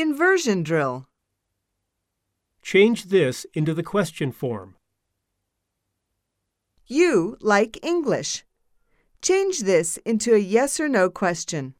Conversion drill. Change this into the question form. You like English. Change this into a yes or no question.